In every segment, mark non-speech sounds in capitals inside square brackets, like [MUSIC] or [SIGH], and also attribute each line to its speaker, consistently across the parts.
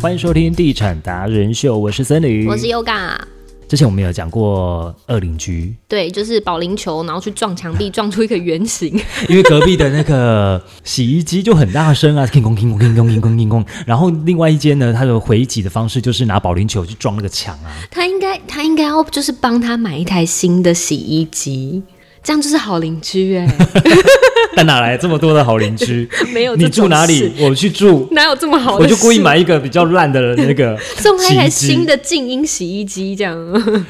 Speaker 1: 欢迎收听《地产达人秀》，我是森林，
Speaker 2: 我是 Yoga。
Speaker 1: 之前我们有讲过二邻居， [LAUGHS]
Speaker 2: 对，就是保龄球，然后去撞墙壁，撞出一个圆形。
Speaker 1: 因为隔壁的那个洗衣机就很大声啊，叮咣叮咣叮咣叮咣叮咣。然后另外一间呢，它的回击的方式就是拿保龄球去撞那个墙啊。
Speaker 2: [LAUGHS]
Speaker 1: [LAUGHS]
Speaker 2: 他应该，他应该要就是帮他买一台新的洗衣机，这样就是好邻居哎、
Speaker 1: 但哪来这么多的好邻居？
Speaker 2: [LAUGHS] 没有这
Speaker 1: 你
Speaker 2: 种
Speaker 1: 住哪里
Speaker 2: 事？？
Speaker 1: 我去住，
Speaker 2: [LAUGHS] 哪有这么好的
Speaker 1: 我
Speaker 2: 事？
Speaker 1: 就故意买一个比较烂的那个
Speaker 2: [LAUGHS] 送他一台
Speaker 1: 洗衣机
Speaker 2: 新的静音洗衣机，这样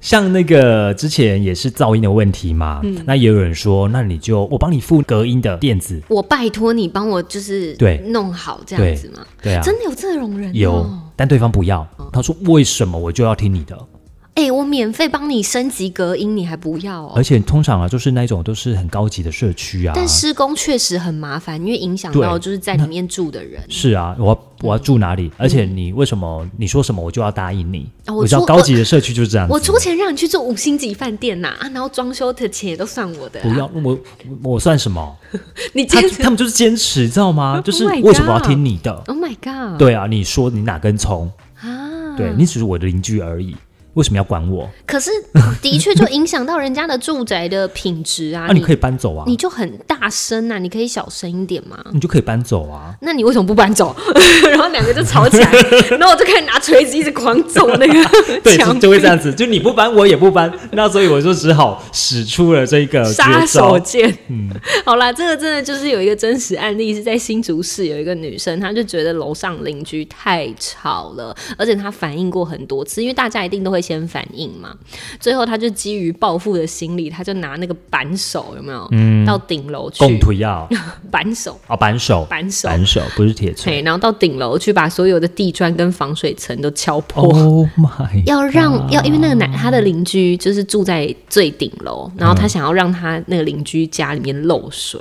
Speaker 1: 像那个之前也是噪音的问题嘛，
Speaker 2: 嗯
Speaker 1: 那也有人说，那你就我帮你付隔音的垫子，
Speaker 2: [LAUGHS] 我拜托你帮我就是
Speaker 1: 对
Speaker 2: 弄好这样子嘛。
Speaker 1: 对啊，
Speaker 2: 真的有这种人、哦？嗯
Speaker 1: 有，但对方不要，他说为什么我就要听你的？
Speaker 2: 哎、我免费帮你升级隔音，你还不要哦？
Speaker 1: 而且通常啊，就是那种都是很高级的社区啊，
Speaker 2: 但施工确实很麻烦，因为影响
Speaker 1: 对
Speaker 2: 到就是在里面住的人。
Speaker 1: 是啊，我要我要住哪里？而且你为什么你说什么我就要答应你？
Speaker 2: 嗯啊我
Speaker 1: 我知道
Speaker 2: 出
Speaker 1: 高级的社区就是这样子，
Speaker 2: 我出钱让你去住五星级饭店呐、啊，然后装修的钱也都算我的、
Speaker 1: 不
Speaker 2: 啊。
Speaker 1: 要我我我算什么？
Speaker 2: 你
Speaker 1: 他
Speaker 2: 坚持
Speaker 1: 他们就是坚持，知道吗？就是
Speaker 2: Oh my
Speaker 1: 为什么我要
Speaker 2: God
Speaker 1: 听你的？
Speaker 2: ？Oh my god！
Speaker 1: 对啊，你说你哪根葱？
Speaker 2: 啊，
Speaker 1: 对你只是我的邻居而已，为什么要管我？
Speaker 2: 可是的确就影响到人家的住宅的品质啊。
Speaker 1: 啊，你可以搬走啊，
Speaker 2: 你就很大声呐、啊，你可以小声一点嘛。
Speaker 1: 你就可以搬走啊。
Speaker 2: 那你为什么不搬走？ [LAUGHS] 然后两个就
Speaker 1: [LAUGHS]
Speaker 2: 吵起来，然后我就开始拿锤子一直狂揍那个
Speaker 1: 对，就
Speaker 2: 墙
Speaker 1: 就会这样子，就你不搬，我也不搬，那所以我就只好使出了这个
Speaker 2: 杀
Speaker 1: 呃绝
Speaker 2: 手
Speaker 1: 招。嗯
Speaker 2: 锏。 [LAUGHS] 好啦，这个真的就是有一个真实案例，是在新竹市有一个女生，她就觉得楼上邻居太吵了，而且她反映过很多次，因为大家一定都会先反应嘛。最后她就基于报复的心理，她就拿那个扳手有没有？到顶楼
Speaker 1: 嗯共
Speaker 2: 去
Speaker 1: 推
Speaker 2: [LAUGHS]
Speaker 1: 啊，
Speaker 2: 扳手。
Speaker 1: 啊，扳手，
Speaker 2: 扳手
Speaker 1: 扳手不是铁锤。
Speaker 2: 对，然后到顶楼去把所有的地砖跟防水层都敲破
Speaker 1: Oh my！
Speaker 2: 要让要，因为那个男他的邻居就是住在最顶楼，然后他想要让他那个邻居家里面漏水。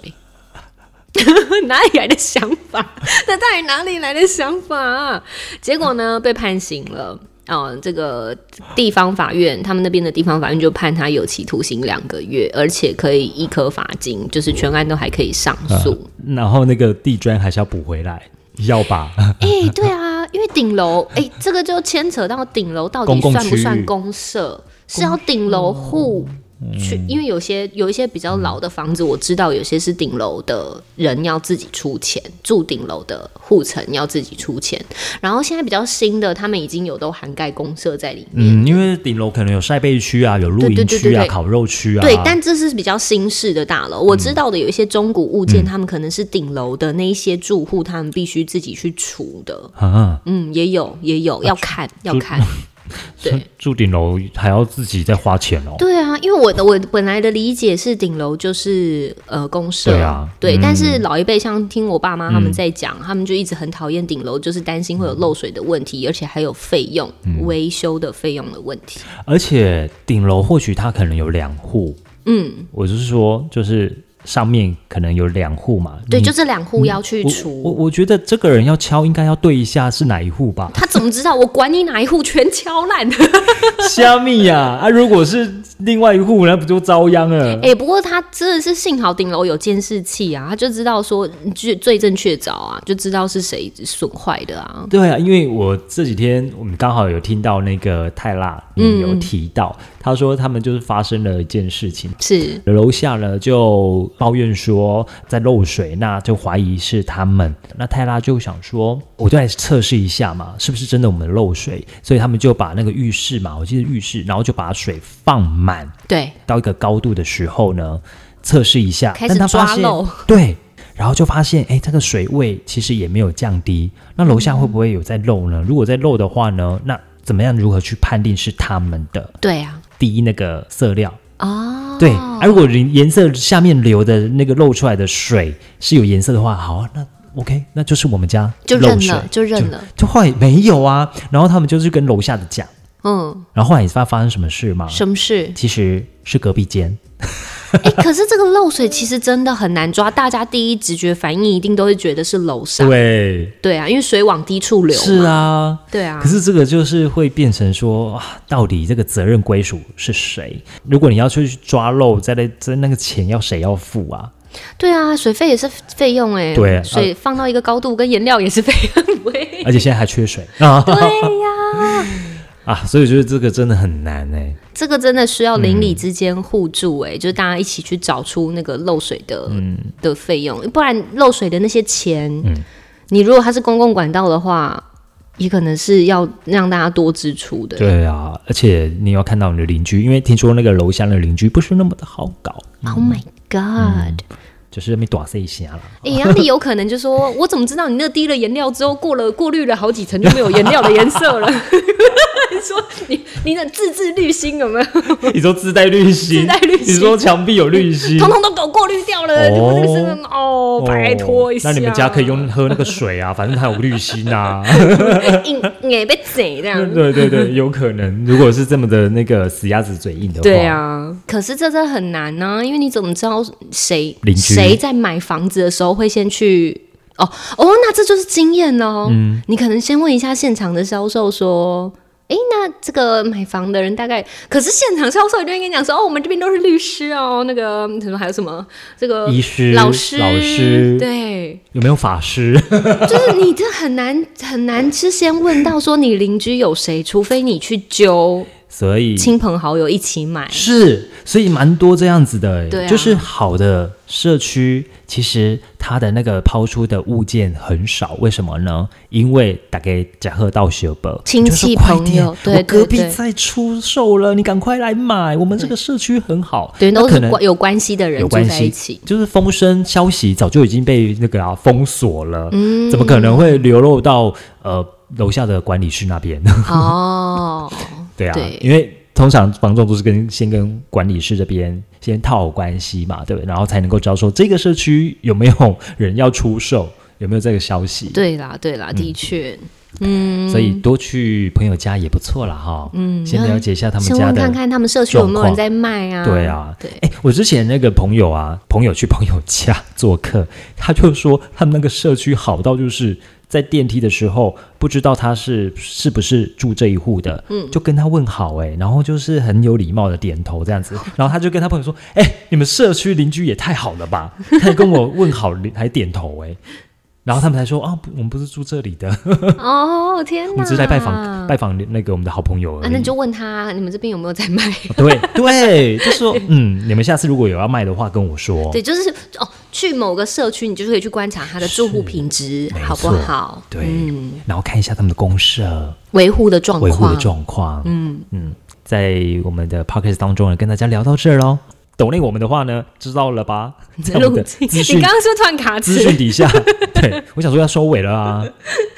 Speaker 2: [LAUGHS] 哪里来的想法？那到底哪里来的想法、啊？结果呢，被判刑了。哦，这个地方法院，他们那边的地方法院就判他有期徒刑两个月，而且可以一颗罚金，就是全案都还可以上诉。
Speaker 1: [LAUGHS] 然后那个地砖还是要补回来，要
Speaker 2: [LAUGHS]
Speaker 1: 吧？
Speaker 2: 哎、对啊，因为顶楼，哎、这个就牵扯到顶楼到底
Speaker 1: 公共
Speaker 2: 算不
Speaker 1: 区
Speaker 2: 算
Speaker 1: 域
Speaker 2: 公社，是要顶楼户去，因为有些有一些比较老的房子，我知道有些是顶楼的人要自己出钱，住顶楼的户层要自己出钱，然后现在比较新的，他们已经有都涵盖公社在里面。
Speaker 1: 嗯，因为顶楼可能有晒被区啊，有露
Speaker 2: 对对
Speaker 1: 营
Speaker 2: 对
Speaker 1: 区
Speaker 2: 对
Speaker 1: 啊，
Speaker 2: 对
Speaker 1: 烤肉区啊。
Speaker 2: 对，但这是比较新式的大楼。我知道的有一些中古物
Speaker 1: 嗯
Speaker 2: 件，他们可能是顶楼的那一些住户，他们必须自己去除的。
Speaker 1: 啊，
Speaker 2: 嗯，也有也有，要看要
Speaker 1: 就
Speaker 2: 看。对
Speaker 1: 住顶楼还要自己再花钱哦。
Speaker 2: 对啊，因为我的我本来的理解是顶楼就是呃公社，
Speaker 1: 对啊嗯
Speaker 2: 但是老一辈像听我爸妈他们在讲，他们就一直很讨厌顶楼，就是担心会有漏水的问题，而且还有费用、
Speaker 1: 嗯
Speaker 2: 维修的费用的问题。
Speaker 1: 而且顶楼或许它可能有两户，
Speaker 2: 嗯，
Speaker 1: 我就是说，就是上面可能有两户嘛。
Speaker 2: 对，
Speaker 1: 你
Speaker 2: 就这两户要去
Speaker 1: 嗯我
Speaker 2: 除。。
Speaker 1: 我觉得这个人要敲，应该要对一下是哪一户吧 [LAUGHS]
Speaker 2: 他怎么知道？我管你哪一户全 [LAUGHS] 敲烂。
Speaker 1: 虾米呀、啊，如果是另外一户，那不就遭殃了？
Speaker 2: 哎、不过他真的是幸好顶楼有监视器啊，他就知道说罪罪证确凿啊，就知道是谁损坏的啊。
Speaker 1: 对啊，因为我这几天我们刚好有听到那个泰辣，你有提到，
Speaker 2: 嗯
Speaker 1: 他说他们就是发生了一件事情，
Speaker 2: 是，
Speaker 1: 楼下呢就抱怨说在漏水，那就怀疑是他们。那泰拉就想说，我就来测试一下嘛，是不是真的我们漏水？所以他们就把那个浴室嘛，我记得浴室，然后就把水放满
Speaker 2: 对，
Speaker 1: 到一个高度的时候呢，测试一下，
Speaker 2: 开始
Speaker 1: 但他发
Speaker 2: 抓
Speaker 1: 现
Speaker 2: 漏
Speaker 1: [LAUGHS] 对。然后就发现，哎，这个水位其实也没有降低。
Speaker 2: 嗯
Speaker 1: 那楼下会不会有在漏呢？如果在漏的话呢，那怎么样如何去判定是他们的？
Speaker 2: 对啊，
Speaker 1: 第一，那个色料，
Speaker 2: 哦，
Speaker 1: 对，啊、如果颜颜色下面流的那个漏出来的水是有颜色的话，好啊，那 OK，那就是我们家
Speaker 2: 就
Speaker 1: 漏
Speaker 2: 认
Speaker 1: 水
Speaker 2: 了，，就认了。
Speaker 1: 就后来没有啊，然后他们就是跟楼下的讲，
Speaker 2: 嗯，
Speaker 1: 然后后来你知道发生什么事吗？？
Speaker 2: 什么事
Speaker 1: [LAUGHS] 其实是隔壁间，
Speaker 2: 哎、可是这个漏水其实真的很难抓，大家第一直觉反应一定都会觉得是楼上。
Speaker 1: 对，
Speaker 2: 对啊，因为水往低处流。
Speaker 1: 是。啊。
Speaker 2: 对啊
Speaker 1: 可。是这个就是会变成说啊，到底这个责任归属是谁？如果你要去抓漏，在那在那个钱要谁要付啊？
Speaker 2: 对啊，水费也是费用哎、
Speaker 1: 对啊 [LAUGHS]
Speaker 2: 水放到一个高度跟颜料也是费用。喂
Speaker 1: 而且现在还缺水啊
Speaker 2: [LAUGHS] 对呀、
Speaker 1: [LAUGHS] 啊！所以我觉得这个真的很难哎、
Speaker 2: 这个真的需要邻里之间互助、哎、就是大家一起去找出那个漏水的、
Speaker 1: 嗯
Speaker 2: 的费用，不然漏水的那些钱，你如果它是公共管道的话，也可能是要让大家多支出的。
Speaker 1: 对啊，而且你要看到你的邻居，因为听说那个楼下的邻居不是那么的好搞，
Speaker 2: Oh my
Speaker 1: 嗯
Speaker 2: god！
Speaker 1: 就是没短塞一下了。
Speaker 2: 哎、欸，安迪有可能就说：“我怎么知道你那滴了颜料之后，过了过滤了好几层就没有颜料的颜色了？” [LAUGHS] 你说你你的自制滤芯有没有？
Speaker 1: [LAUGHS] 你说自带滤芯，
Speaker 2: 自带滤芯
Speaker 1: 你说墙壁有滤芯，
Speaker 2: [LAUGHS] 通通都给我过滤掉了，你们这个真的哦，拜托一下。
Speaker 1: 那你们家可以用喝那个水啊，反正它有滤芯啊。
Speaker 2: 硬硬哎被贼这 [LAUGHS] 样。
Speaker 1: 对对对，有可能。如果是这么的那个死鸭子嘴硬的话，
Speaker 2: 对，啊，可是这真的很难呢、因为你怎么知道谁
Speaker 1: 邻居
Speaker 2: 谁在买房子的时候会先去？哦哦，那这就是经验喽。
Speaker 1: 嗯
Speaker 2: 你可能先问一下现场的销售说。诶，那这个买房的人大概，可是现场销售一定会跟你讲说，哦，我们这边都是律师哦，那个什么还有什么这个
Speaker 1: 医师
Speaker 2: 老师、
Speaker 1: 老师
Speaker 2: 对，
Speaker 1: 有没有法师？ [LAUGHS]
Speaker 2: 就是你这很难很难是先问到说你邻居有谁，除非你去揪
Speaker 1: 所以
Speaker 2: 亲朋好友一起买，
Speaker 1: 是，所以蛮多这样子的欸、
Speaker 2: 对啊
Speaker 1: 就是好的社区，其实它的那个抛出的物件很少，为什么呢？因为大概假贺到学本
Speaker 2: 亲戚朋友对
Speaker 1: 我隔
Speaker 2: 对
Speaker 1: 壁
Speaker 2: 对
Speaker 1: 在出售了，你赶快来买，我们这个社区很好，
Speaker 2: 对，
Speaker 1: 那
Speaker 2: 都
Speaker 1: 可
Speaker 2: 是
Speaker 1: 能
Speaker 2: 关有关系的人
Speaker 1: 有
Speaker 2: 住
Speaker 1: 关
Speaker 2: 在
Speaker 1: 系
Speaker 2: 一起，，
Speaker 1: 就是风声消息早就已经被那个啊封锁了，
Speaker 2: 嗯
Speaker 1: 怎么可能会流露到呃楼下的管理室那边？ [LAUGHS]
Speaker 2: 哦，
Speaker 1: 对啊，
Speaker 2: 对
Speaker 1: 因为通常房仲都是跟先跟管理室这边先套好关系嘛，对不对？然后才能够知道说这个社区有没有 [LAUGHS] 人要出售，有没有这个消息。
Speaker 2: 对啦，对啦，的确，
Speaker 1: 嗯
Speaker 2: 嗯
Speaker 1: 所以多去朋友家也不错啦，哈。嗯，先了解一下他们
Speaker 2: 先
Speaker 1: 家
Speaker 2: 问
Speaker 1: 的。
Speaker 2: 看看他们社区有没有人在卖啊？
Speaker 1: 对，啊，
Speaker 2: 对
Speaker 1: 哎，我之前那个朋友啊，朋友去朋友家做客，他就说他们那个社区好到就是在电梯的时候不知道他是是不是住这一户的，嗯，就跟他问好、哎，然后就是很有礼貌的点头这样
Speaker 2: [LAUGHS]
Speaker 1: 子，然后他就跟他朋友说，哎、你们社区邻居也太好了吧，他还跟我问好还点头、哎，然后他们才说啊，不我们不是住这里的，
Speaker 2: 哦，天
Speaker 1: [LAUGHS]
Speaker 2: 哪，
Speaker 1: 我们只是来拜访拜访那个我们的好朋友而已。
Speaker 2: 啊，那就问他你们这边有没有在卖？
Speaker 1: 对对，就说嗯，你们下次如果有要卖的话，跟我说。
Speaker 2: 对，就是哦，去某个社区，你就可以去观察他的住户品质
Speaker 1: 没
Speaker 2: 好不
Speaker 1: 错
Speaker 2: 好，
Speaker 1: 对，
Speaker 2: 嗯
Speaker 1: 然后看一下他们的公社
Speaker 2: 维护的状
Speaker 1: 维护的
Speaker 2: 况。
Speaker 1: 状况。嗯嗯，在我们的 p o c k e t 当中呢，跟大家聊到这儿喽。懂内我们的话呢，知道了吧？在我
Speaker 2: 录
Speaker 1: 们的
Speaker 2: 进
Speaker 1: 资
Speaker 2: 你
Speaker 1: 讯
Speaker 2: 刚刚是不是突然卡
Speaker 1: 资
Speaker 2: 词
Speaker 1: 讯？底下，对我想说要收尾了
Speaker 2: [LAUGHS]
Speaker 1: 啊，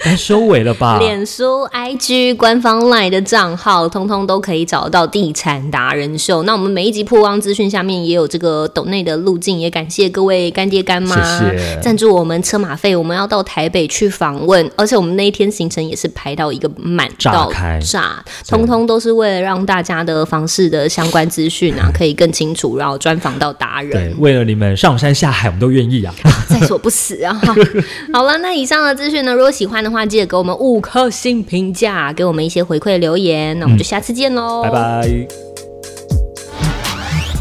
Speaker 1: 该收尾了吧？
Speaker 2: 脸书、IG、官方 LINE 的账号，通通都可以找到《地产达人秀》。那我们每一集曝光资讯下面也有这个抖内的路径，也感谢各位干爹干妈
Speaker 1: 谢谢
Speaker 2: 赞助我们车马费。我们要到台北去访问，而且我们那一天行程也是排到一个满
Speaker 1: 炸
Speaker 2: 到
Speaker 1: 开
Speaker 2: 炸，通通都是为了让大家的房市的相关资讯啊可以更清楚，然后专访到达人
Speaker 1: 对，。为了你们上山下海，我们都愿意啊。
Speaker 2: 在所不辞啊！ [LAUGHS] 哈好了，那以上的资讯呢，如果喜欢的话，记得给我们五颗星评价，给我们一些回馈留言。那我们就下次见喽、
Speaker 1: 拜，拜。